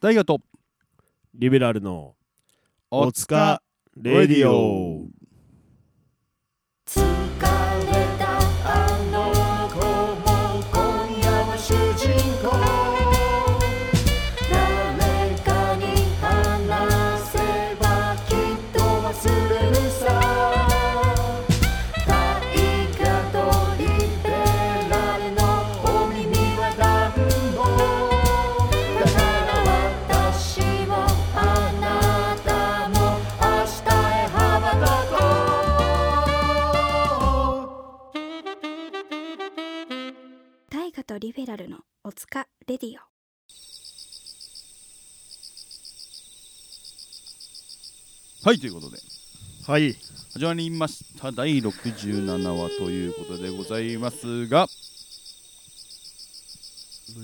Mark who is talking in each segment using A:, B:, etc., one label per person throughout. A: 大河と
B: リベラルの
A: お
B: おつかレディオ
C: 疲れたあの子も今夜は主人公誰かに話せばきっと忘れるさ大河とリベラルのお耳は暖房だから私もあなたも明日へ羽ばたこう
D: 大河とリベラルのおつかレディオ
A: はいということで
B: はい
A: 始まりました第67話ということでございますが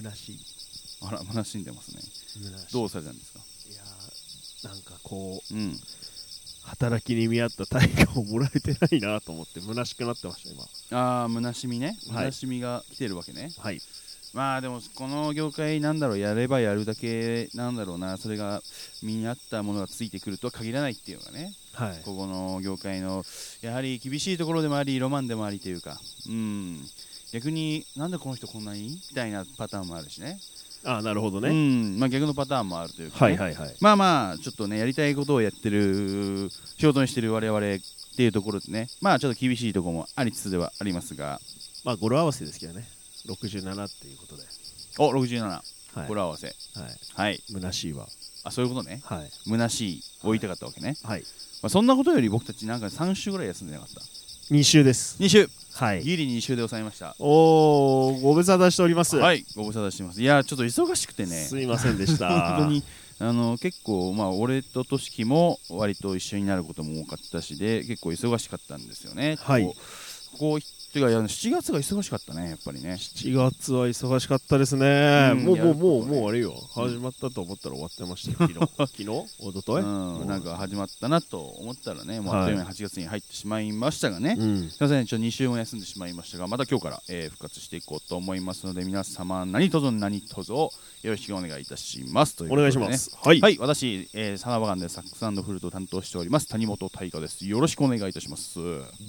B: 虚しい
A: あらまだ死んでますね
B: 虚しい
A: どうされたんですか
B: いやーなんかこう
A: うん
B: 働きに見合った対価をもらえてないなと思って虚しくなってました今
A: ああ虚しみね
B: は
A: 虚
B: い
A: しみが来てるわけね、
B: はい
A: まあでもこの業界なんだろうやればやるだけなんだろうなそれが身に合ったものがついてくるとは限らないっていうのがね
B: はい
A: ここの業界のやはり厳しいところでもありロマンでもありというかうん逆になんでこの人こんなにみたいなパターンもあるしね
B: ああなるほどね、
A: うんまあ、逆のパターンもあるというか、
B: は
A: ね
B: いはいはい
A: まあまあちょっとねやりたいことをやってる仕事にしてる我々っていうところでねまあちょっと厳しいところもありつつではありますが
B: まあ語呂合わせですけどね67っていうことで
A: お67
B: はい
A: 語呂合わせ
B: はい
A: はい
B: 虚しいわ
A: あそういうことね
B: はい
A: 虚しいを言いたかったわけね、
B: はい
A: まあ、そんなことより僕たちなんか3週ぐらい休んでなかった
B: 2週です
A: 2週
B: はい
A: ギリ2週で抑えました
B: おおご無沙汰しております
A: はいご無沙汰してますいやちょっと忙しくてね
B: すいませんでした
A: 本当にあの結構まあ俺ととしきも割と一緒になることも多かったしで結構忙しかったんですよね
B: はい
A: こうこうてかいや7月が忙しかったねやっぱりね
B: 7月は忙しかったですね、
A: うん
B: もうもう
A: やるこ
B: も
A: と
B: う
A: ね
B: もうあれよ始まったと思ったら終わってましたよ 昨日昨日おととい
A: うん、なんか始まったなと思ったらねもうあっという間に8月に入ってしまいましたがね、
B: うん
A: すいません、ちょっと2週も休んでしまいましたが、また今日から、えー復活していこうと思いますので、皆様、何卒何卒をよろしくお願いいたします。という
B: お
A: こと
B: 願い
A: で
B: し
A: ね
B: ますはい、
A: はい、私、えー、サナバガンでサックスフルートを担当しております、谷本大河です。よろしくお願いいたします。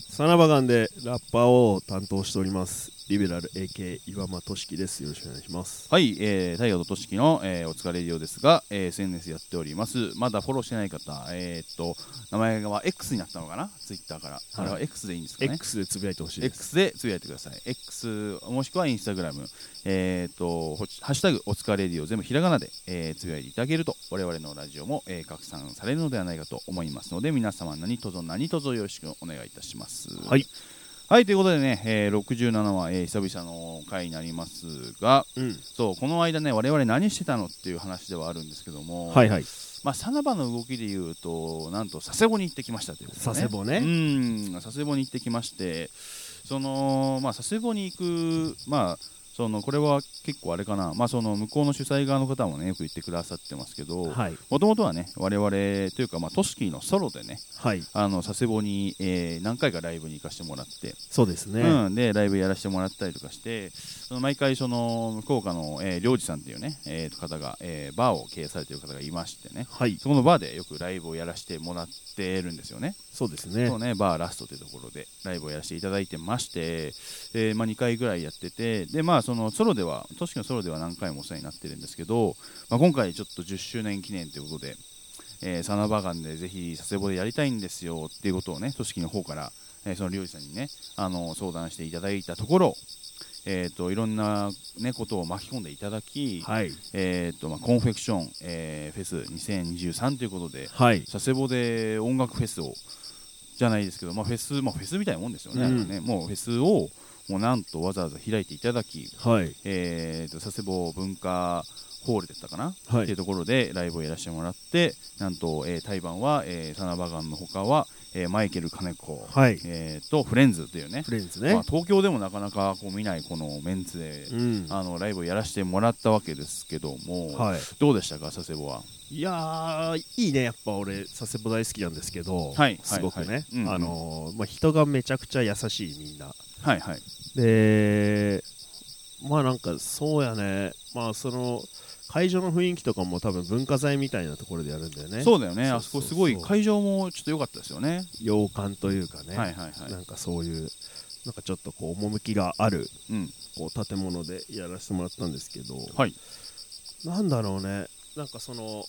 B: サナバガンでラッパーを担当しておりますリベラル AK 岩間俊樹ですよろしくお願いします
A: はい、えー、大河ととしきの、えー、お疲れようですが、えー SNS やっております。まだフォローしてない方、えー、っと、名前が X になったのかな、Twitter から。あれは X でいいんですかね。
B: X でつぶやいてほしいです
A: X でつぶやいてください。X もしくはインスタグラム、えー、と、ほハッシュタグおつかレディオ全部ひらがなで、えーつぶやいていただけると、我々のラジオも、えー拡散されるのではないかと思いますので、皆様何卒何卒よろしくお願いいたします。
B: はい。
A: はい、ということでね、えー67話、えー久々の回になりますが、
B: うん
A: そう、この間ね、我々何してたのっていう話ではあるんですけども、
B: はいはい
A: まあ、サナバの動きでいうと、なんと佐世保に行ってきましたということね。
B: 佐世保ね
A: うん、佐世保に行ってきまして、そのまあ佐世保に行く、まあそのこれは結構あれかな、まあその向こうの主催側の方もねよく言ってくださってますけど、
B: はい
A: もともとはね我々というかまあトシキのソロでね、
B: はい
A: あの佐世保に、えー何回かライブに行かせてもらって、
B: そうですね、
A: うん、でライブやらせてもらったりとかしてその毎回その福岡の、えー、領事さんっていうね、えー方が、えーバーを経営されてる方がいましてね
B: はい
A: そこのバーでよくライブをやらせてもらってるんですよね。
B: そうですね
A: そうね、バーラストというところでライブをやらせていただいてまして、えーまあ、2回ぐらいやってて、で、まあ、そのソロでは、トシキのソロでは何回もお世話になってるんですけど、まあ、今回ちょっと10周年記念ということで、えーサナバガンでぜひ佐世保でやりたいんですよっていうことをね、トシキの方から、えーその漁師さんにね、あの相談していただいたところ、えー、といろんな、ね、ことを巻き込んでいただき、
B: はい
A: えーとまあ、コンフェクション、えーフェス2023ということで、
B: はい
A: 佐世保で音楽フェスをじゃないですけど、まあ、フェス、まあ、フェスみたいなもんですよね,、
B: うん
A: ねもうフェスをもうなんとわざわざ開いていただき、
B: はい
A: えー、と佐世保文化ホールだったかな、
B: は
A: ってい
B: いう
A: ところでライブをやらせてもらってなんと、えー、対バンは、えー、サナバガンの他は、えーマイケル金子、
B: はい
A: えーとフレンズというね
B: フレンズね、
A: まあ、東京でもなかなかこう見ないこのメンツで、
B: うん
A: あのライブをやらせてもらったわけですけども、
B: はい
A: どうでしたか佐世保は。
B: いやーいいねやっぱ俺佐世保大好きなんですけど、
A: はい
B: すごく
A: はいは
B: ね
A: いうん
B: あのーまあ人がめちゃくちゃ優しいみんな
A: はいはい、
B: でまあなんかそうやねまあその会場の雰囲気とかも多分文化財みたいなところでやるんだよね
A: そうだよね
B: そう
A: あそこすごい
B: そうそう
A: 会場もちょっと良かったですよね
B: 洋館というかね、
A: はいはいはい
B: なんかそういうなんかちょっとこう趣がある
A: うん
B: こう建物でやらせてもらったんですけど、
A: はい
B: なんだろうねなんかその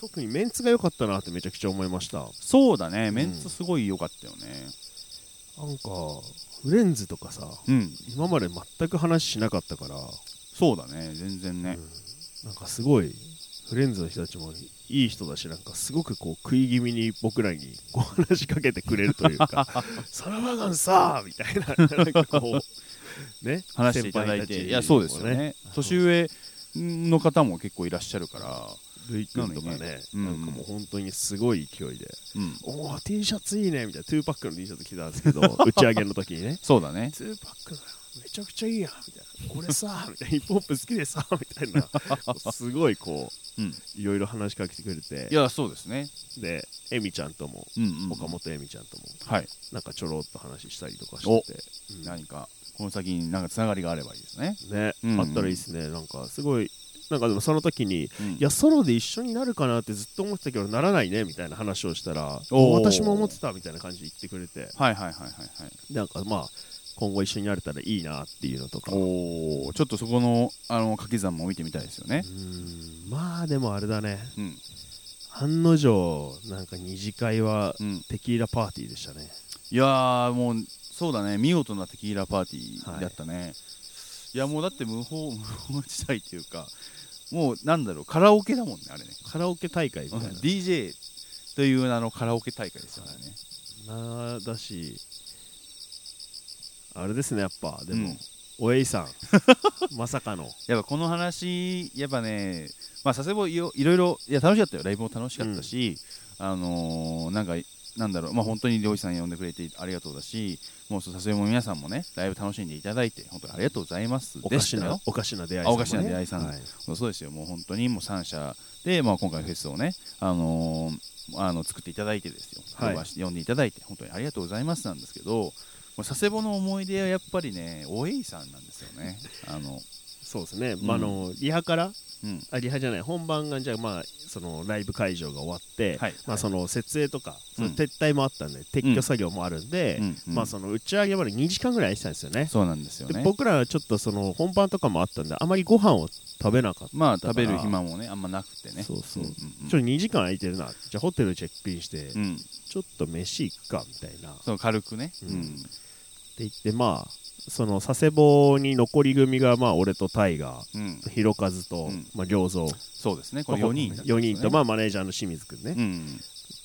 B: 特にメンツが良かったなってめちゃくちゃ思いましたなんか
A: そうだねメンツすごい良かったよね
B: フレンズとかさ
A: うん、
B: 今まで全く話しなかったから、
A: そうだね全然ね、
B: うんなんかすごいフレンズの人たちもいい人だしなんかすごくこう食い気味に僕らにこう話しかけてくれるというか 「サラマガンさ!」みたいななんかこうね
A: 話していただい
B: 先輩
A: て
B: ち
A: いやそうですよね
B: そう
A: 年上の方も結構いらっしゃるから
B: ルイ君とか
A: な
B: ね
A: のにねうん
B: なんかもう本当にすごい勢いで
A: うん
B: 「おお T シャツいいね」みたいな2パックの T シャツ着たんで すけど打ち上げの時にね
A: そうだね
B: 2パックだよめちゃくちゃいいやんみたいな俺さみたいなヒップホップ好きでさみた いなすごいこう、
A: うん
B: いろいろ話しかけてくれて
A: いやそうですね
B: でエミちゃんとも
A: うんうん
B: 岡本エミちゃんとも
A: はい
B: なんかちょろっと話したりとかしてて、うん
A: 何かこの先になんかつながりがあればいいですね、
B: ね、
A: うんうん
B: あったらいいですねなんかすごいなんかでもその時に
A: うん
B: いやソロで一緒になるかなってずっと思ってたけどならないねみたいな話をしたら
A: おー
B: 私も思ってたみたいな感じで言ってくれて
A: はいはいはいはいはい
B: なんかまあ今後一緒になれたらいいなっていうのとか
A: おおちょっとそこのあの掛け算も見てみたいですよね
B: うーんまあでもあれだね
A: うん
B: 案の定なんか二次会は
A: うん
B: テキーラパーティーでしたね
A: いやーもうそうだね見事なテキーラパーティーだったね、い、やもうだって無法 無法地帯っていうかもうなんだろうカラオケだもんねあれね
B: カラオケ大会みたいな
A: DJ という名のカラオケ大会ですよね、
B: なだしあれですねやっぱでも、
A: うん
B: おえい さんまさかの
A: やっぱこの話やっぱねまあ佐世保いろいろいろいや楽しかったよライブも楽しかったし、あのーなんかなんだろうまあ本当に漁師さん呼んでくれてありがとうだしもうそう佐世保の皆さんもねライブ楽しんでいただいて本当にありがとうございます
B: お
A: で
B: か
A: し
B: した
A: よ
B: なおかしな出会い
A: あおかしな出会いさん
B: はい
A: そうそうですよ、もう本当にもう3社で、まあ、今回フェスをね、あのーあの作っていただいてですよ、
B: はい
A: 呼ばし呼んでいただいて、本当にありがとうございますなんですけど、もう佐世保の思い出はやっぱりね、おえいさんなんですよね。あの
B: そうですね、
A: ん
B: まあ、あのリハから
A: うん
B: あリハじゃない本番がじゃあまあそのライブ会場が終わって、
A: はい
B: まあ、その設営とか、
A: うん
B: その撤退もあったんで撤去作業もあるんで、
A: うんうん
B: まあ、その打ち上げまで2時間ぐらい空いてたんですよね
A: そうなんですよ
B: で
A: ね。
B: 僕らはちょっとその本番とかもあったんであまりご飯を食べなかった、
A: まあ食べる暇もね、あんまなくてね。
B: そうそう、
A: んんうん
B: ちょっと2時間空いてるなじゃあホテルチェックインして、
A: うん、
B: ちょっと飯行くかみたいなって
A: そう軽くね、
B: う
A: うんん
B: 言ってまあその佐世保に残り組がまあ俺とタイガ
A: うん
B: ひろかずと、
A: うん
B: まあ、良三
A: そうですね、これ4人、
B: 4人とま
A: あ、
B: あマネージャーの清水くんね、
A: うん、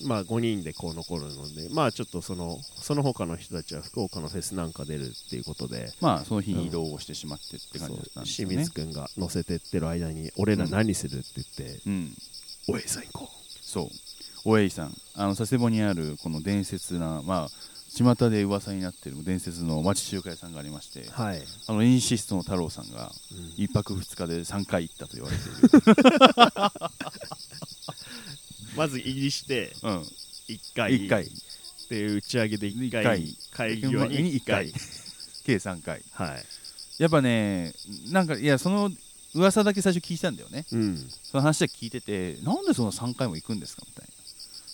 B: まあ5人でこう残るのでまあちょっとそのその他の人たちは福岡のフェスなんか出るっていうことで
A: まあその日移動をしてしまってって感じだった
B: そ
A: ん
B: う
A: です
B: 清
A: よね
B: 水。くんが乗せてってる間に俺ら何するって言って
A: うん
B: 「おいさん行こ
A: そう、おえいさん、あの佐世保にあるこの伝説な、まあ、巷で噂になっている伝説の町中華屋さんがありまして
B: う」、はい、
A: あのインシストの太郎さんが
B: うん
A: 1泊2日で3回行ったと言われている、
B: まず入りして
A: うん、
B: 1回
A: 1回、
B: で打ち上げで1回
A: 一
B: 会議はに1回
A: 一計3回、
B: はい、
A: やっぱね、なんか、いや、その噂だけ最初聞いてたんだよね、
B: うん、
A: その話だけ聞いてて、なんでその3回も行くんですかみたいな。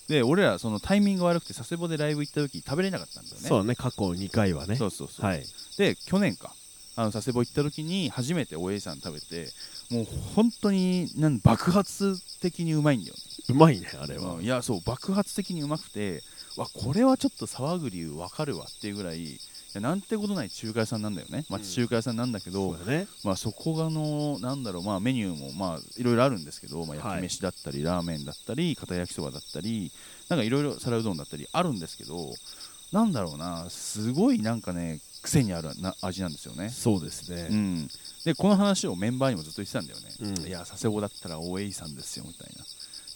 A: で俺らそのタイミングが悪くて佐世保でライブ行った時食べれなかったんだよね
B: そうね過去2回はね
A: そうそうそう、
B: はい
A: で去年かあの佐世保行った時に初めておえいさん食べてもう本当になん爆発的にうまいんだよね
B: うまいねあれは、
A: うんいやそう爆発的にうまくてわこれはちょっと騒ぐ理由わかるわっていうぐらいいやなんてことない中華屋さんなんだよね町中華屋さんなんだけど、
B: そうだね
A: まあ、そこがあのなんだろう、まあ、メニューもまあいろいろあるんですけど、まあ、
B: はい
A: 焼き飯だったり、ラーメンだったり片焼きそばだったりなんかいろいろ皿うどんだったりあるんですけどなんだろうなすごいなんかね癖にあるな味なんですよね。
B: そうですね、
A: うん、でこの話をメンバーにもずっと言ってたんだよね、
B: うん
A: いや佐世保だったら大江井さんですよみたいな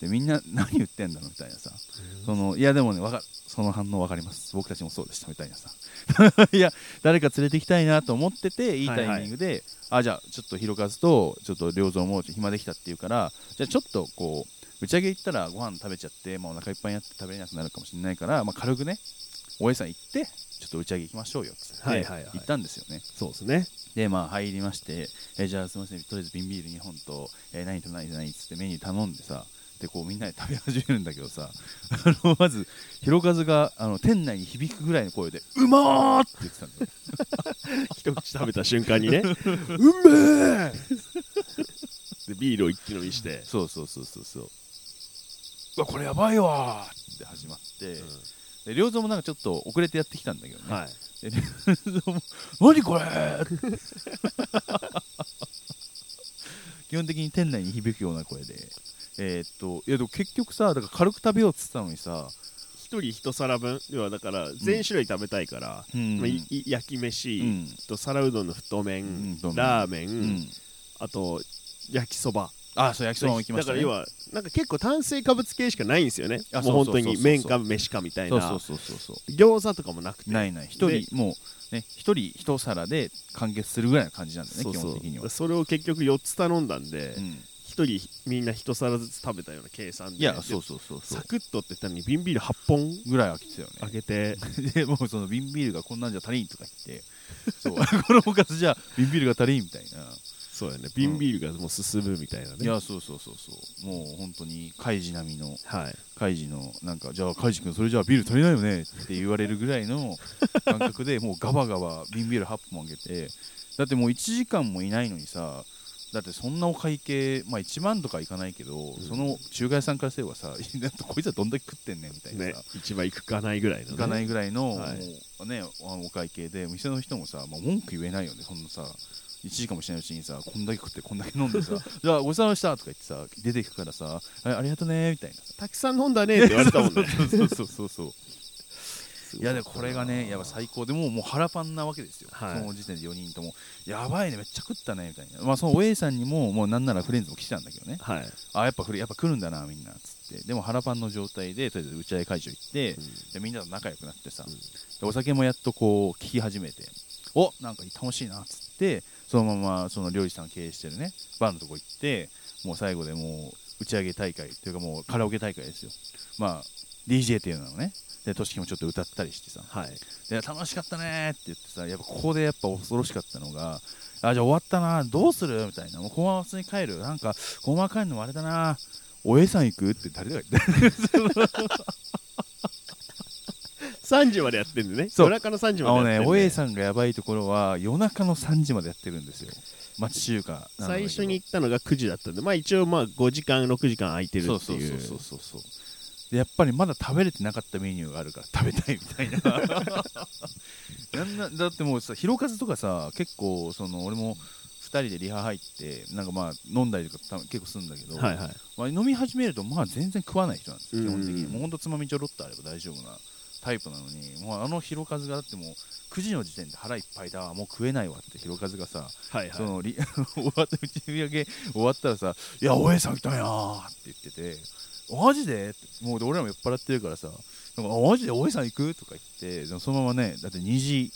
A: でみんな 何言ってんだろうみたいなさ、そのいやでもねわかその反応わかります僕たちもそうでしたみたいなさ いや誰か連れてきたいなと思ってていいタイミングで、あじゃあちょっと広和とちょっと良三も暇できたっていうからじゃあちょっとこう打ち上げ行ったらご飯食べちゃって、まあ、お腹いっぱいになって食べれなくなるかもしれないから、まあ、軽くね大江さん行ってちょっと打ち上げ行きましょうよっつって
B: はいはいはい
A: 行ったんですよね
B: そうですね。
A: でまあ入りまして、えーじゃあすみませんとりあえず瓶ビール2本と、えー何と何と何っつってメニュー頼んでさでこうみんなで食べ始めるんだけどさ あのまずひろかずがあの店内に響くぐらいの声で「うまー!」って言ってた んだよ
B: 一口食べた瞬間にね、うめえで、ビールを一気飲みして、
A: そうそうそうそうそううわこれやばいわーって始まって、で良三もなんかちょっと遅れてやってきたんだけどね、
B: はい。
A: で良三も「何これ!」 基本的に店内に響くような声でえーっといやでも結局さだから軽く食べようっつってたのにさ、
B: 一人一皿分、要はだから、全種類食べたいから、
A: うん
B: まあいい焼き飯、
A: うん
B: と皿うどんの太麺、
A: ん太麺
B: ラーメン、
A: うん、
B: あと、焼きそば。
A: あそう焼きそばも行きました、ね、
B: だから要は、なんか結構炭水化物系しかないんですよね。
A: あ
B: もう本当
A: そうそうそう
B: に
A: そう
B: 麺か飯かみたいな。
A: そうそうそうそうそ
B: 餃子とかもなくて。
A: うないない一
B: で
A: 人もうね一人一皿で完結するぐらいの感じなんだよね
B: そう
A: 基
B: そ
A: 本
B: う
A: 的には、
B: それを結局4つ頼んだんで、
A: うん、
B: 一人みんな一皿ずつ食べたような計算で
A: いやそうそうそうそう
B: サクッとって言ったのに瓶ビール8本
A: ぐらい開けてたよね
B: あ げて
A: でもうその瓶ビールがこんなんじゃ足りんとか言ってそう このおかずじゃ瓶ビールが足りんみたいな、
B: そうやね瓶ビールがもう進むみたいないね
A: やそうそうそうそうもう本当にカイジ並みの
B: はい
A: カイジのなんかじゃあカイジ君それじゃあビール足りないよねって言われるぐらいの 感覚でもうガバガバ瓶ビール8本あげてだってもう1時間もいないのにさだってそんなお会計、まあ、1万とかいかないけど、
B: ん
A: その中華屋さんからすればさ なんかこいつはどんだけ食ってんねんみたいなさ、
B: ね一番行くかないぐらいのね
A: 行かないぐらいの、
B: はい
A: もうね、おお会計でお店の人もさ、まあ、文句言えないよねそんなさ1時間もしないうちにさこんだけ食ってこんだけ飲んでさ じゃあごちそうさまでしたとか言ってさ出ていくからさあありがとねみたいなさ
B: たくさん飲んだねって言われたもんね
A: そうそうそう そういやでこれがねやっぱ最高でもうもう腹パンなわけですよ、
B: はい
A: その時点で4人ともやばいねめっちゃ食ったねみたいなまあそのお A さんにももうなんならフレンズも来てたんだけどね
B: はい
A: あやっぱフレやっぱ来るんだなみんなっつってでも腹パンの状態でとりあえず打ち上げ会場行って、でみんなと仲良くなってさ、
B: うん
A: でお酒もやっとこう聞き始めておなんか楽しいなっつってそのままその料理師さんが経営してるねバーのとこ行ってもう最後でもう打ち上げ大会というかもうカラオケ大会ですよまあ DJ っていうのなのねで俊樹もちょっと歌ったりしてさ
B: はい
A: で楽しかったねーって言ってさやっぱここでやっぱ恐ろしかったのがあじゃあ終わったなどうするみたいなもうこのまま普通に帰るなんかこのまま帰るのもあれだなおえさん行くって誰が言って
B: 3時までやってんでね
A: そう
B: 夜中の3時
A: あ
B: ま
A: の
B: で
A: ね
B: やってんで
A: おえさんがやばいところは夜中の3時までやってるんですよ町中華なのだけ
B: 最
A: ど
B: 初に行ったのが9時だったんでまあ一応まあ5時間6時間空いてるってい
A: そう
B: う
A: そうそうそうそうそうでやっぱりまだ食べれてなかったメニューがあるから食べたいみたい ななんなだってもうさひろかずとかさ結構その俺も2人でリハ入ってなんかまあ飲んだりとかた結構するんだけど、
B: はいはい
A: まあ、飲み始めるとまあ全然食わない人なんですよ
B: うん
A: 基本的にもうほんとつまみちょろっとあれば大丈夫なタイプなのにもうあのひろかずがだってもう9時の時点で腹いっぱいだもう食えないわってひろかずがさ
B: はい
A: そ
B: は
A: のり終わった打ち上げ終わったらさ「いやおえさん来たんや」って言ってて「マジで?」ってもうで俺らも酔っ払ってるからさ「なんかあマジでおえさん行く?」とか言ってでもそのままねだって2時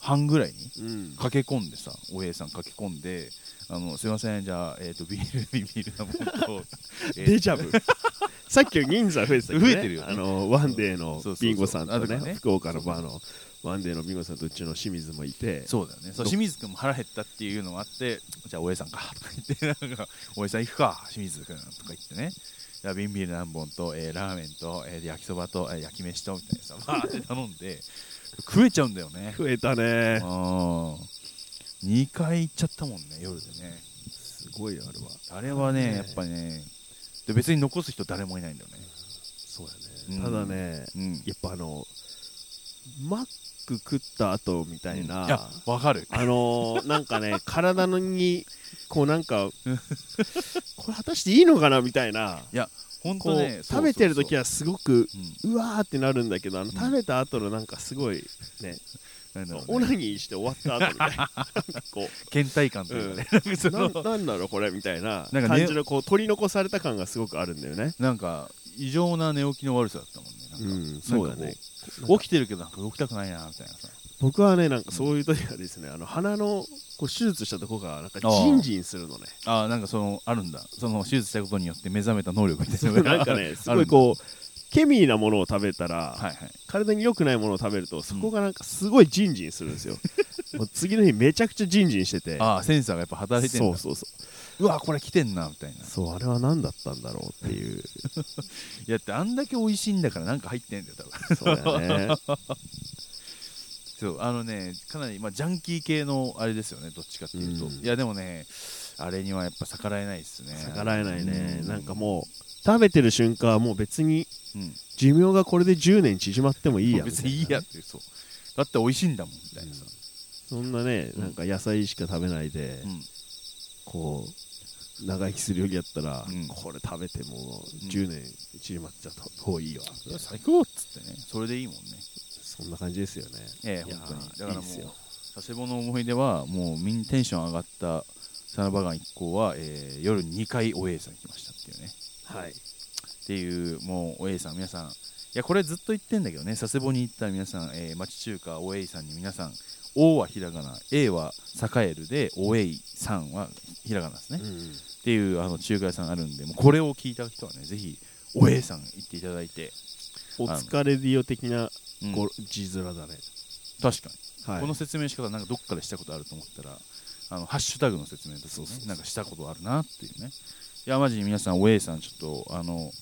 A: 半ぐらいに
B: いうん
A: 駆け込んでさおえさん駆け込んで「あのすいませんじゃあ、えー、とビールビールなもんと」えー
B: デジャ ブさっきより人数は増えてたけど、ね、
A: 増えてるよね
B: あのワンデーの
A: そうそうそう
B: ビンゴさんと
A: あだか
B: ね
A: らね
B: 福岡のバーのワンデーのビンゴさんとうちの清水もいて
A: そうだよねそう清水君も腹減ったっていうのもあってじゃあお江さんか とか言ってなんかお江さん行くか清水君とか言ってねじゃあ瓶ビール何本と、えーラーメンと、えー焼きそばと、えー焼き飯とみたいなさバーって頼んで食えちゃうんだよね
B: 増えたね
A: あ2回行っちゃったもんね夜でね
B: すごいあれは
A: あれはね
B: ね
A: やっぱねで別に残す人誰もいないんだよね
B: そう
A: う
B: や
A: ん
B: ねただね
A: うん
B: やっぱあのマック食った後みたいな、
A: いやわかる
B: あのーなんかね体のにこうなんかこれ果たしていいのかなみたいな
A: 本
B: こ
A: 当
B: う、
A: ね
B: 食べてる時
A: は
B: はすごくうわーってなるんだけどあの食べた後のなんかすごいね、オナニーして終わった後みたいななんかこう
A: 倦怠感というかね、 なんか そ
B: な
A: の
B: んなんだろうこれみたいな
A: なんかね
B: 感じのこう取り残された感がすごくあるんだよね。
A: なんか異常な寝起きの悪さだったもんね。なんか
B: うんそうだね
A: なんかこう起きてるけどなんか動きたくないなみたいなさ。
B: 僕はねなんかそういう時はですねあの鼻のこう手術したとこがなんか
A: あー
B: ジンジンするのね
A: ああなんかそのあるんだ。その手術したことによって目覚めた能力みたいな
B: な
A: の
B: ん
A: が
B: かねすごいこうケミーなものを食べたら、
A: はいはい
B: 体に良くないものを食べるとそこがなんかすごいジンジンするん ですよ、もう次の日めちゃくちゃジンジンしてて
A: ああセンサーがやっぱ働いて
B: そ
A: ん
B: う
A: だ
B: そうそう
A: わこれ来てんなみたいな
B: うそうあれは何だったんだろうっていう
A: いやだってあんだけ美味しいんだからなんか入ってんだよ多分
B: そうだね
A: そうあのねかなり、まあ、ジャンキー系のあれですよねどっちかっていうと、
B: うん
A: いやでもねあれにはやっぱ逆 らえないですね
B: 逆らえないね
A: う
B: なんかもう食べてる瞬間はもう別に
A: うん、
B: 寿命がこれで10年縮まってもいいやみ
A: 別
B: たな
A: にいいやってそうだって美味しいんだもんみたいなさ、
B: そんなね
A: うん
B: なんか野菜しか食べないで、
A: うん
B: こう長生きするよりやったら、
A: うん
B: これ食べても
A: うん
B: 10年縮まっちゃった方がいいわ、
A: いや最高っつってねそれでいいもんね
B: そんな感じですよね
A: ええ
B: いやー
A: 本当にだからも
B: いいっすよ
A: う佐世保の思い出はもうみんテンション上がったサナバガン一行は、えー夜2回おえいさん来ましたっていうね
B: はい
A: っていうもうおえいさん皆さんいやこれずっと言ってんだけどね佐世保に行った皆さん、えー町中華おえいさんに皆さん「お」はひらがな「え」は栄えるで「おえいさん」はひらがなですね、
B: う
A: っ
B: ん
A: ていうあの中華屋さんあるんでもうこれを聞いた人はねぜひおえいさん行っていただいて、
B: お疲れディオ的な
A: うん
B: こう字面だね、
A: 確かに
B: はい
A: この説明の仕方なんかどっかでしたことあると思ったらあのハッシュタグの説明とか、ね、
B: そうそうそう
A: なんかしたことあるなっていうねいやマジ皆さんおえいさんちょっとあの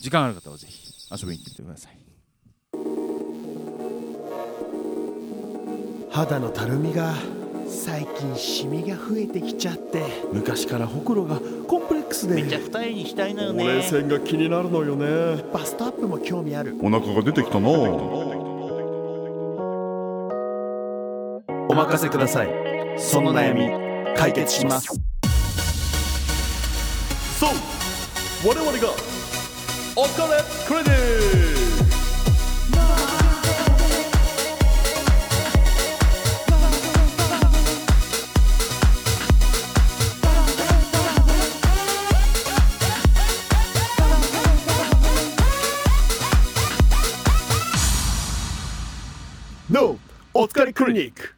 A: 時間ある方はぜひ遊びに行ってみてください
E: 肌のたるみが最近シミが増えてきちゃって昔からほくろがコンプレックスで
F: 二重にしたいのよ
G: ほうれい線が気になるのよね
E: バストアップも興味ある
G: お腹が出てきたな
E: お任せくださいその悩み解決します
G: そう我々がお金クレディ
B: のお疲れクリニック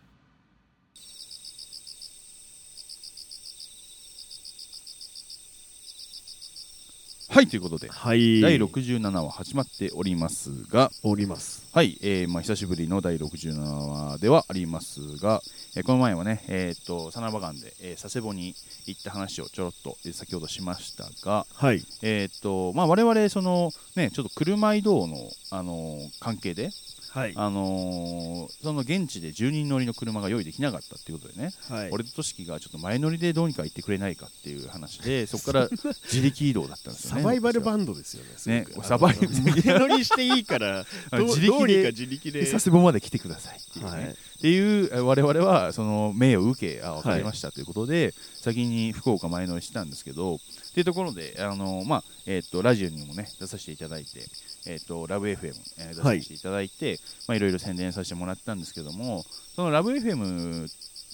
A: はいということで、
B: はい
A: 第67話始まっておりますが
B: おります
A: はい、えーまあ、久しぶりの第67話ではありますが、えーこの前はね、えーっとサナバガンで、えー佐世保に行った話をちょろっと、えー先ほどしましたが、
B: はい
A: えーっとまあ、我々その、ね、ちょっと車移動の、あのー関係で、
B: はい
A: あのーその現地で10人乗りの車が用意できなかったっていうことでね、
B: はい
A: 俺ととしきがちょっと前乗りでどうにか行ってくれないかっていう話でそこから自力移動だったんですよ
B: サ
A: ね
B: バイバルバンドですよねす
A: ね
B: ごく
A: サバイ
B: あの家乗りしていいからどう
A: 自
B: ど
A: 力
B: うにか
A: で
B: 自力で
A: 佐世保まで来てくださいっていうね、
B: はい
A: っていうえ我々はその名を受けあ分かりましたということで、先に福岡前乗りしたんですけどっていうところであの、まあえっとラジオにもね出させていただいて、えっとラブ f m えー出させていただいて、いまあ、いろいろ宣伝させてもらったんですけどもそのラブ f m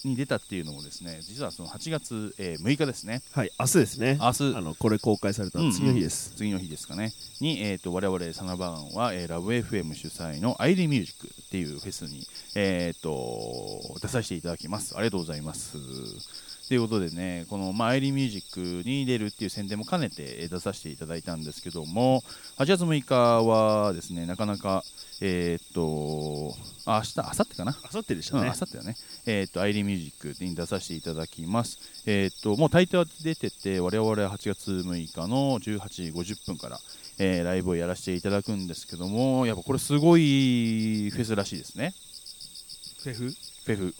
A: に出たっていうのもですね実はその8月、えー6日ですね
B: はい明日ですね
A: 明日
B: あのこれ公開された次の日です、
A: 次の日ですかねに、えー、と我々サナバーンは、えーラブ f m 主催のアイリーミュージックっていうフェスに、えー、と出させていただきますありがとうございますということでねこの、まあ、アイリーミュージックに出るっていう宣伝も兼ねてえー出させていただいたんですけども8月6日はですねなかなかえっ、とあ明日明後日かな
B: 明後日でし
A: うん、明後日だね、えーっと、アイリーミュージックに出させていただきます。えーっと、もうタイトルは出てて、我々は8月6日の18時50分から、えーライブをやらせていただくんですけども、やっぱこれすごいフェスらしいですね。
B: フェフ
A: フェフ。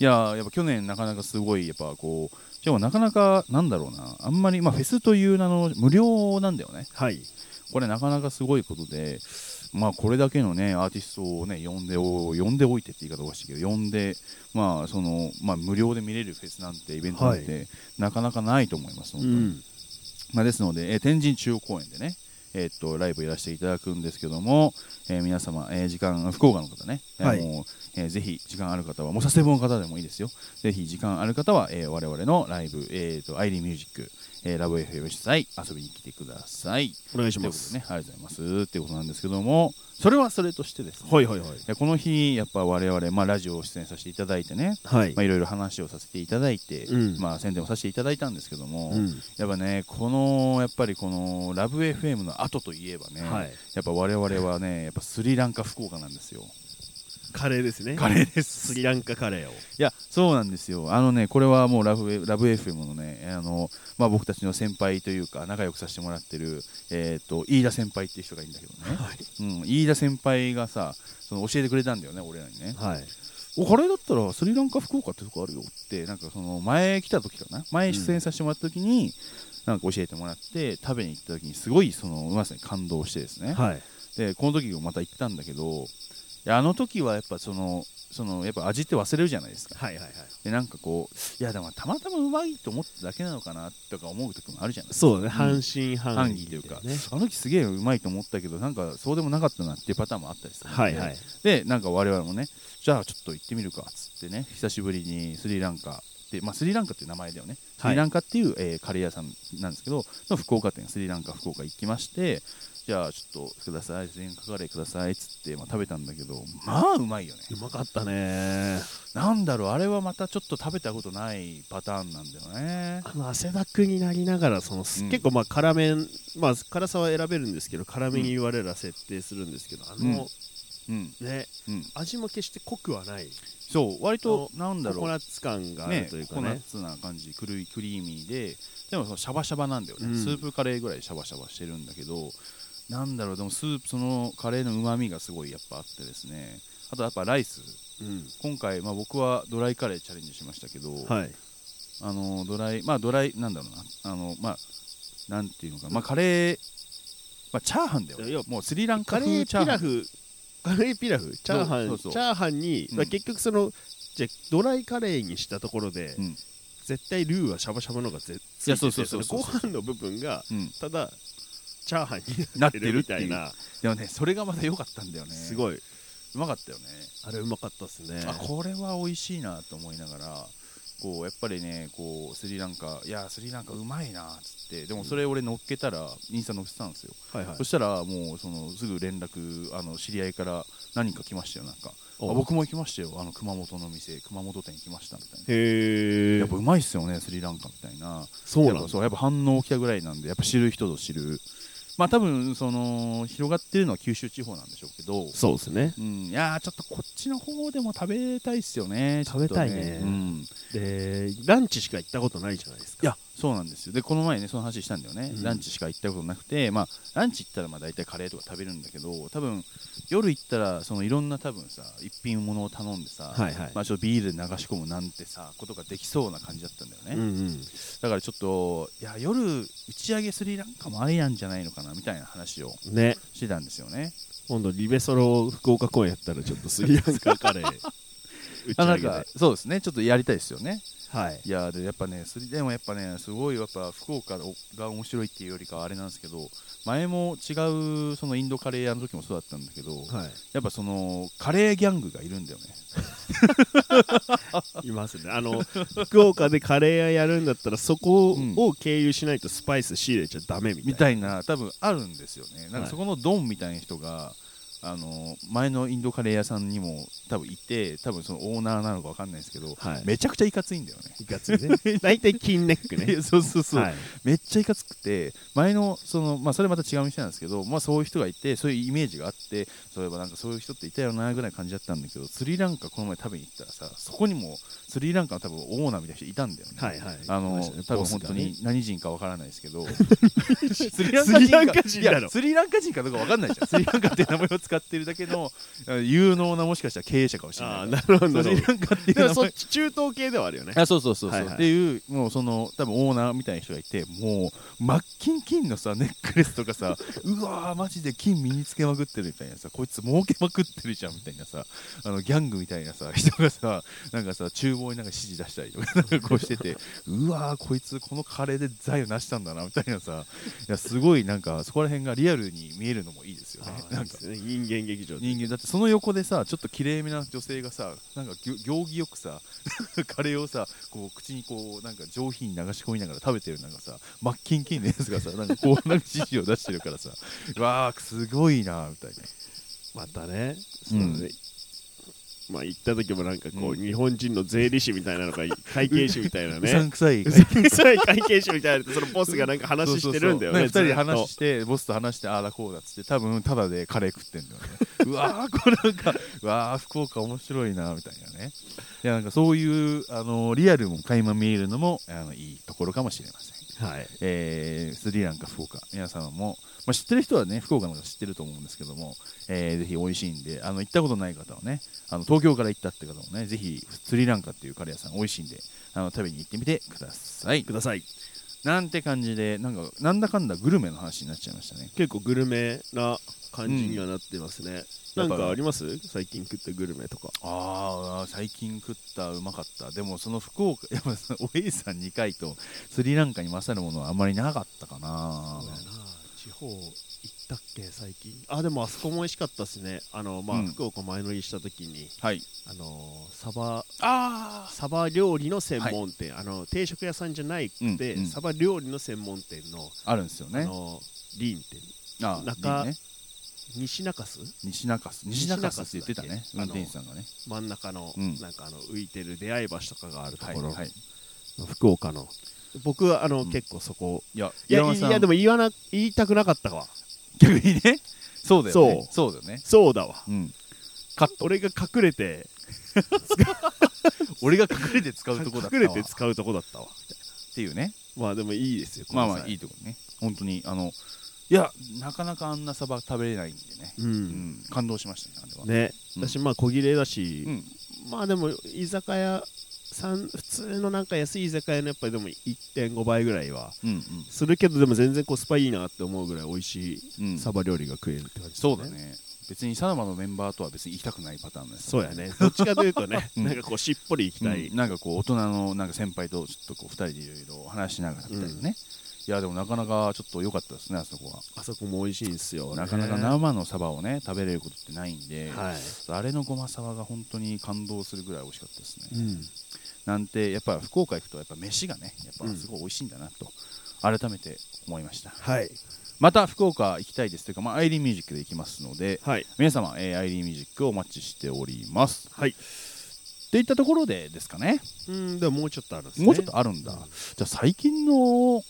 A: いやー、やっぱ去年なかなかすごい、やっぱこう、しかもなかなか、なんだろうな、あんまり、まあフェスという名の無料なんだよね。
B: はい
A: これなかなかすごいことで、まあ、これだけの、ね、アーティストを、ね、呼んでお呼んでおいてって言い方おかしいけど呼んで、まあそのまあ、無料で見れるフェスなんてイベントなんて、なかなかないと思います、本当にまあ、ですので、えー天神中央公園でね、えーっとライブやらせていただくんですけども、えー皆様、えー時間福岡の方ね、えー
B: はい
A: もうえーぜひ時間ある方はもう佐世保の方でもいいですよぜひ時間ある方は、えー我々のライブ、えーっとアイリーミュージック、えーラブ FM 主催遊びに来てください。
B: お願いし
A: という
B: ま
A: こと
B: す。
A: でね、ありがとうございますっていうことなんですけども、それはそれとしてですね、
B: はいはいはい。
A: でこの日、やっぱ我々、まあ、ラジオを出演させていただいてね、
B: はい
A: まあ、。いろいろ話をさせていただいて、
B: うん
A: まあ、宣伝をさせていただいたんですけども、
B: うん
A: やっぱね、この、やっぱりこの、ラブ FM の後といえばね、
B: はい。
A: やっぱ我々はね、やっぱスリランカ福岡なんですよ。
B: カレーですね。
A: カレーです
B: スリランカカレーを。
A: いや、そうなんですよ。あのね、これはもうラブエラブ FM のね、あの、まあ、僕たちの先輩というか、仲良くさせてもらってる、えっ、と、飯田先輩っていう人がいるんだけどね。
B: はい。
A: うん、飯田先輩がさ、その教えてくれたんだよね、俺らにね。
B: はい。
A: おカレーだったらスリランカ福岡ってとこあるよってなんかその前来た時かな前出演させてもらった時に、なんか教えてもらって食べに行った時にすごいそのうまさに感動してですね、
B: はい。
A: でこの時もまた行ったんだけどいやあの時はやっぱそのそのやっぱ味って忘れるじゃないですか
B: はいはいはい。
A: でなんかこういやでもたまたまうまいと思っただけなのかなとか思う時もあるじゃないですか
B: そうだね。半信半
A: 半疑
B: 疑
A: というか、
B: ね。
A: あの時すげえうまいと思ったけどなんかそうでもなかったなっていうパターンもあったりするんで
B: はいはい。
A: でなんか我々もねじゃあちょっと行ってみるかっつってね久しぶりにスリランカで、まあ、スリランカっていう名前だよね、
B: は
A: ス
B: い
A: リランカっていう、えーカレー屋さんなんですけどの福岡店スリランカ福岡行きましてじゃあちょっとくださいスリランカカレーくださいっつって、まあ、食べたんだけどまあうまいよね
B: うまかったね。
A: なんだろうあれはまたちょっと食べたことないパターンなんだよね
B: あの汗だくになりながらその、す
A: うん
B: 結構まあ辛め、まあ、辛さは選べるんですけど辛めに我ら設定するんですけど、あの、
A: うん
B: ね
A: うん
B: 味も決して濃くはない
A: そう割となんだ
B: コ
A: ろ
B: コ
A: う
B: ナッツ感があ
A: ね
B: るというか
A: コ
B: ね
A: ナッツな感じクリクリーミーででもそのシャバシャバなんだよね、
B: うん
A: スープカレーぐらいシャバシャバしてるんだけどなんだろうでもスープそのカレーのうまみがすごいやっぱあってですねあとやっぱライス
B: うん
A: 今回、まあ、僕はドライカレーチャレンジしましたけど、
B: はい
A: あのドライまあドライなんだろうなあのまあなんていうのかな、まあ、カレー、まあ、チャーハンだよ
B: いや
A: ねもうスリランカ
B: カレ
A: 風
B: ー
A: チャー
B: ピ
A: ハ
B: ラ
A: ン
B: フカレーピラフチャーハン
A: そうそう
B: チャーハンに、
A: うん
B: まあ結局そのじゃあドライカレーにしたところで、
A: うん
B: 絶対ルーはシャバシャバの方が絶
A: いや
B: 対
A: そうそうそう
B: ご飯の部分が
A: うん、
B: ただチャーハンに
A: な
B: な
A: っ
B: ってて
A: るっ
B: るみ
A: てい
B: た
A: う
B: いな
A: でもねそれがまた良かったんだよね
B: す
A: い
B: ごいう
A: まかったよね
B: あれうまかったですね
A: あこれは美味しいなと思いながらこうやっぱりねこうスリランカいやスリランカうまいなっつってでもそれ俺乗っけたらインスタ乗せてたんですよ、
B: はいはい
A: そしたらもうそのすぐ連絡あの知り合いから何人か来ましたよなんかあ
B: お
A: 僕も行きましたよあの熊本の店熊本店行きましたみたいな
B: へえ
A: やっぱうまいっすよねスリランカみたいな
B: そう
A: やっ
B: なん
A: ぱ
B: だ
A: そうやっぱ反応来たぐらいなんでやっぱ知る人ぞ知るまあ多分その広がってるのは九州地方なんでしょうけど
B: そうですね
A: うん、いやーちょっとこっちの方でも食べたいっすよねちょっと
B: 食べたいね
A: うん、い
B: でランチしか行ったことないじゃないですか
A: やそうなんですよでこの前ねその話したんだよね、
B: うん
A: ランチしか行ったことなくてまあランチ行ったらまあ大体カレーとか食べるんだけど多分夜行ったらそのいろんな多分さ一品物を頼んでさ、
B: はいはい、
A: まあ、ちょっとビールで流し込むなんてさことができそうな感じだったんだよね、
B: うんうん
A: だからちょっといや夜打ち上げスリランカもありなんじゃないのかなみたいな話を
B: ね
A: してたんですよね
B: 今度リベソロ福岡公演やったらちょっとスリランカカ レー打ち
A: あ
B: 上
A: な
B: げ
A: ん
B: で
A: かそうですねちょっとやりたいですよね
B: はい
A: いやーでやっぱねすりでもやっぱねすごいやっぱ福岡が面白いっていうよりかはあれなんですけど前も違うそのインドカレー屋の時もそうだったんだけど、
B: はい
A: やっぱそのカレーギャングがいるんだよね
B: いますねあの福岡でカレー屋やるんだったらそこ
A: うん
B: を経由しないとスパイス仕入れちゃダメみたい
A: み
B: な
A: たいな多分あるんですよねなん
B: は
A: か
B: い
A: そこのドンみたいな人が、あの前のインドカレー屋さんにも多分いて多分そのオーナーなのか分かんないですけど、
B: はい
A: めちゃくちゃいかついんだよね
B: いかついね 大体金ネック
A: い
B: ね
A: やそうそうそう、
B: はい
A: めっちゃいかつくて前のその、まあ、それまた違う店なんですけど、まあ、そういう人がいてそういうイメージがあってそういえばなんかそういう人っていたよなぐらいの感じだったんだけどスリランカこの前食べに行ったらさそこにもスリランカの多分オーナーみたいな人いたんだよね。
B: はいはい
A: あの
B: いましたね
A: 多分
B: ボス
A: 本
B: が
A: 当
B: ね
A: に何人かわからないですけどスリ
B: スリランカ人
A: い
B: だろ
A: やスリランカ人かどうかわかんないじゃんスリランカっていう名前を使ってるだけのあ有能なもしかしたら経営者かもしれ
B: あ
A: な
B: あ
A: い
B: なるほどな
A: そうス
B: る
A: リ
B: ほ
A: ランカってい
B: ど
A: う名前
B: でもそっち中東系ではあるよね
A: あそうそうそうそう、
B: はいはい
A: っていうもうその多分オーナーみたいな人がいてもう真っ金金のさネックレスとか さうわーマジで金身につけまくってるみたいなさこいつ儲けまくってるじゃんみたいなさあのギャングみたいなさ 人がさなんかさ厨房になんか指示出したりとかなんかこうしててうわーこいつこのカレーで財を成したんだなみたいなさいやすごいなんかそこら辺がリアルに見えるのもいいですよね
B: あー
A: ない
B: い
A: ん
B: で
A: か
B: すねいい人間劇場で
A: 人間だってその横でさちょっときれいめな女性がさなんかぎょ行儀よくさ カレーをさこう口にこうなんか上品に流し込みながら食べてるなんかさマッキンキンのやつがさなんかこうなんか指示を出してるからさ うわーすごいなーみたいな
B: またね
A: うん
B: そうねまあ行った時もなんかこ
A: う
B: う、
A: ん
B: 日本人の税理士みたいなのが会計士みたいな
A: うさ
B: ね
A: んくさい
B: そういう会計士みたいなのそのボスがなんか話してるんだよね
A: そうそうそう
B: ず
A: な
B: っ
A: んか二人で
B: と
A: 話してボスと話してああだこうだっつって多分ただでカレー食ってんだよね うわーこれなんかうわー福岡面白いなみたいなねいやなんかそういうあのリアルも垣間見えるのもあのいいところかもしれません
B: はい
A: えースリランカ福岡皆様も、まあ、知ってる人はね福岡の方が知ってると思うんですけども、えーぜひ美味しいんであの行ったことない方はねあの東京から行ったって方もねぜひスリランカっていうカレー屋さん美味しいんであの食べに行ってみてください
B: ください
A: なんて感じでなんかなんだかんだグルメの話になっちゃいましたね
B: 結構グルメな感じにはなってますね、
A: うん
B: なんかあります最近食ったグルメとか
A: ああ最近食ったうまかったでもその福岡やっぱそのおえいさん2回とスリランカに勝るものはあんまりなかったかな
B: 地方行ったっけ最近あでもあそこも美味しかったですねあのまあ、
A: うん
B: 福岡前乗りした時に
A: はい
B: あのサバ
A: あ
B: サバ料理の専門店、あの定食屋さんじゃないくて、
A: うんうん
B: サバ料理の専門店の
A: ああるんですよ
B: あ
A: ね
B: のリンって
A: あい
B: 中
A: いね
B: 西中洲
A: 西中洲西
B: 西
A: 中洲
B: 中洲
A: って言ってたね
B: だっけ
A: 運転手さんがね
B: 真ん中の、
A: うん
B: なんかあの浮いてる出会い橋とかがあると
A: は
B: こ
A: い
B: ろ、
A: はい
B: 福岡の僕はあの、
A: うん
B: 結構そこ
A: いや
B: いや
A: 岩間
B: い
A: さん
B: やでも言わな言いたくなかったわ
A: 逆にねそうだよねそうだよね
B: そうだわ
A: うん
B: 俺が隠れて
A: 俺が隠れて使うとこだった
B: 隠
A: わ
B: れ
A: って
B: 使うとこだったわ
A: ていうね
B: まあでもいいですよ
A: まあまあい
B: い、
A: いとこね本当にあのいやなかなかあんなサバ食べれないんでね
B: う
A: うんん感動しましたねあれは
B: ね、
A: うん
B: 私まあ小切れだし、
A: うん
B: まあでも居酒屋さん普通のなんか安い居酒屋のやっぱりでも1.5倍ぐらいは
A: うん
B: するけどでも全然コスパいいなって思うぐらい美味し
A: うんう
B: い
A: ん
B: サバ料理が食えるって感じ、
A: そうだね別にサラマのメンバーとは別に行きたくないパターンです
B: そうやねどっちかというと ね、
A: うん
B: なんかこうしっぽりいきたい、
A: うんなんかこう大人のなんか先輩とちょっとこう2人でいろいろ話しながらみたいなね、いやでもなかなかちょっと良かったですねあそこは
B: あそこも美味しいんですよね、
A: なかなか生のサバをね食べれることってないんで、
B: はい、
A: あれのごまサバが本当に感動するぐらい美味しかったですね、
B: うん、
A: なんてやっぱ福岡行くとやっぱ飯がねやっぱすごい美味しいんだなと改めて思いました、
B: はい
A: また福岡行きたいですというか、まあ、アイリーンミュージックで行きますので
B: はい
A: 皆様、えーアイリーンミュージックをお待ちしております
B: はい
A: っていったところでですかね
B: うんでももうちょっとあるんですね
A: もうちょっとあるんだ、じゃあ最近の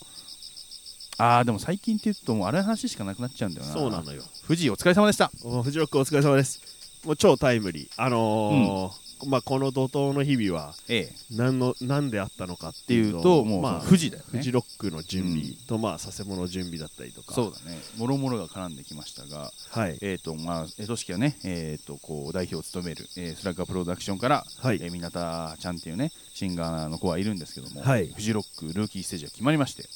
A: ああでも最近って言うともうあれの話しかなくなっちゃうんだよな
B: そうなのよ
A: 富士お疲れ様でした
B: おフジロックお疲れ様ですもう超タイムリーあのーまあこの怒涛の日々は
A: ええっ
B: 何の何であったのかって
A: て
B: い
A: いうう
B: と
A: ともう、
B: まあ
A: 富士だよね
B: フジロックの準備と、まあ佐世保の準備だったりとか
A: そうだねもろもろが絡んできましたが
B: はい
A: えっ、とまあえとしきはねえっ、とこう代表を務める、えースラッガープロダクションから、
B: はい
A: えー、港ちゃんっていうねシンガーの子はいるんですけども、
B: はい
A: フジロックルーキーステージが決まりまして、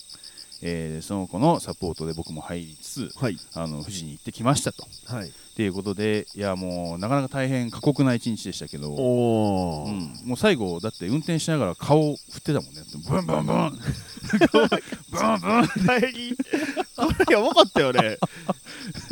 A: えーその子のサポートで僕も入りつつ
B: はい
A: あの富士に行ってきましたと
B: はい
A: っていうことでいやもうなかなか大変過酷な一日でしたけど、
B: おお、
A: うん、もう最後だって運転しながら顔振ってたもんねブンブンブ ンブンブン
B: 帰りこれやばかったよ ね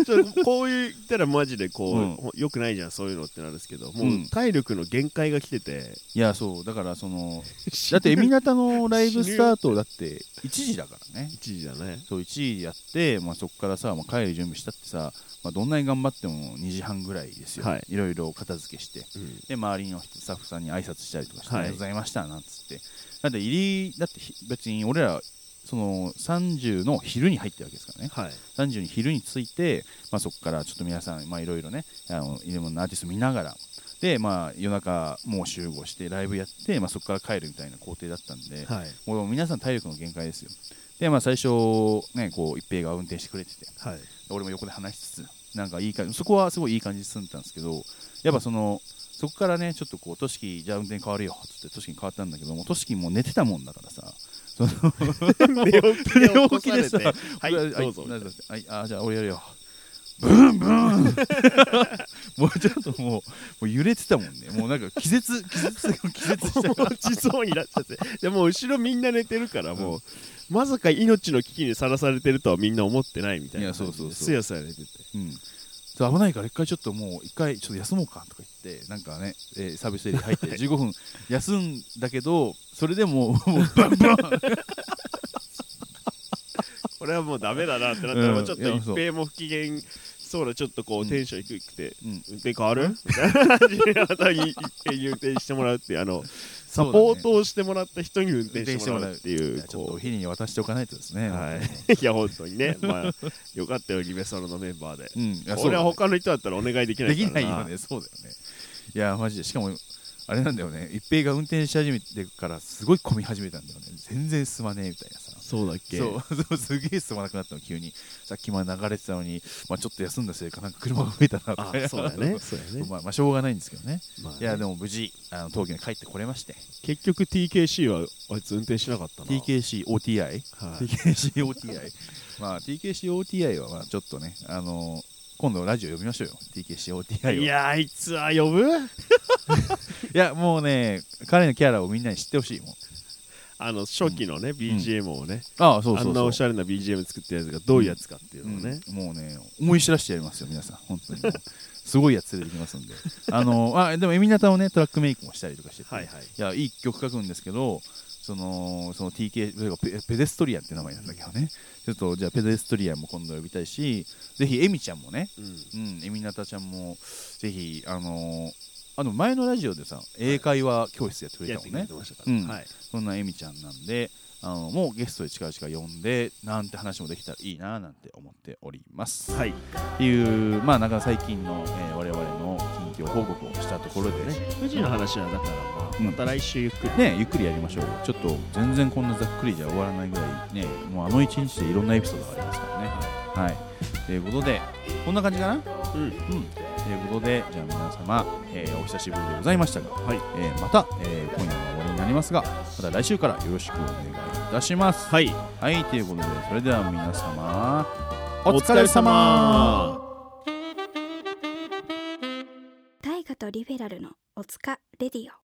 B: ちょっとこう言ったらマジでこう、よくないじゃんそういうのってなるんですけどもう、
A: うん
B: 体力の限界が来てて
A: いやそうだからそのだって海なたのライブスタートだって1時だからね
B: 一時だね
A: そう1時やって、まあ、そこからさ、まあ、帰る準備したってさ、まあ、どんなに頑張っても2時半ぐらいですよ、、
B: はい
A: ろいろ片付けして
B: うん
A: で周りの人スタッフさんに挨拶したりとかして、
B: はい
A: ありがとうございましたなんつってだって入りだってひ別に俺らその30の昼に入ってるわけですからね
B: はい
A: 30に昼に着いて、まあ、そこからちょっと皆さんまあいろいろねあのいろんなアーティスト見ながらで、まあ、夜中もう集合してライブやって、まあ、そこから帰るみたいな工程だったんで、
B: はい
A: もう皆さん体力の限界ですよで、まあ、最初、ね、こう一平が運転してくれてて
B: はい
A: 俺も横で話しつつなんかいい感じそこはすごいいい感じで済んでたんですけどやっぱそのそこからねちょっとこう「としきじゃあ運転変わるよ」っつってとしきに変わったんだけどもとしきもう寝てたもんだからさその
B: 寝起きで起こ
A: 寝起
B: され
A: きでさ
B: てはいどうぞ
A: なんだはい、あじゃあ俺やるよ。ブンブ ンもうちょっともうもう揺れてたもんね。もうなんか気絶、気絶、気絶したから。
B: 落ちそうになっちゃってでも後ろみんな寝てるからもう、まさか命の危機にさらされてるとはみんな思ってないみたいない
A: やそうそうそう
B: すやすや寝てて
A: うん、ちょっと危ないから一回ちょっともう一回ちょっと休もうかとか言ってなんかね、えーサービスエリア入って15分休んだけどそれでもうもうバン バン
B: これはもうダメだなってなったら、
A: うん
B: もうちょっ
A: いや
B: と一平も不機嫌そうなちょっとこ
A: う
B: うんテンション低くて、
A: うん
B: 運転変わるみたいな感じでまたに一平に運転してもらうっていうあのサポートをしてもらった人に運転してもらうってい
A: いうやちょっ
B: ことう
A: 日に渡しておかないとですね
B: はいいや本当にねまあよかったよリベソロのメンバーで
A: うんいや
B: こ
A: そう
B: れ
A: だ
B: は
A: ね
B: 他の人だったらお願いできない
A: で
B: から
A: きないよね、そうだよね。いや、マジで、しかも、あれなんだよね、一平が運転し始めてから、すごい混み始めたんだよね、全然進まねえみたいなさ。
B: そうだっけ
A: そう そうすげえ進まなくなったの急にさっきまで流れてたのに、まあ、ちょっと休んだせいかなんか車が増えたなとか
B: あ そうだねそうだね、
A: まあ、まあしょうがないんですけどね
B: まあね
A: いやでも無事あの東京に帰ってこれまして
B: 結局 TKC はあいつ運転しなかったな
A: TKCOTI
B: はい
A: TKCOTI まあ TKCOTI はまあちょっとねあの今度ラジオ呼びましょうよ TKCOTI を
B: いやあいつは呼ぶ
A: いやもうね彼のキャラをみんなに知ってほしいもん
B: あの初期のね、BGM をね、
A: ああそ
B: あんなおしゃれな BGM 作ったやつがどういうやつかっていうのをね、
A: うんもうね思い知らせてやりますよ皆さん本当 にもうすごいやつ連れてきますんであのあでもエミナタをねトラックメイクもしたりとかしてて、
B: はいはい
A: いやいい曲書くんですけどそのその TK それがペペデストリアンって名前なんだけどねちょっとじゃあペデストリアンも今度呼びたいしぜひエミちゃんもね
B: うん
A: うん、エミナタちゃんもぜひあのーあの前のラジオでさ英会話教室やってくれ
B: や
A: た
B: って
A: もんね
B: くれてましたから、
A: うん
B: はい、
A: そんなエミちゃんなんであのもうゲストで近々呼んでなんて話もできたらいいななんて思っております、
B: はい、
A: っていうまあなんか最近の、えー我々の近況報告をしたところでね
B: 富士の話はだからまあ、
A: うん
B: また来週ゆっくり
A: ねゆっくりやりましょうちょっと全然こんなざっくりじゃ終わらないぐらいねもうあの一日でいろんなエピソードがありますからねはいということでこんな感じかな
B: うん
A: うん、ということで、じゃあ皆様、えーお久しぶりでございましたが、
B: はい
A: えーまた、えー今夜は終わりになりますが、また来週からよろしくお願いいたします。
B: はい
A: はい、ということで、それでは皆様、
B: お疲れ様
D: 大河とリベラルのおつかレディオ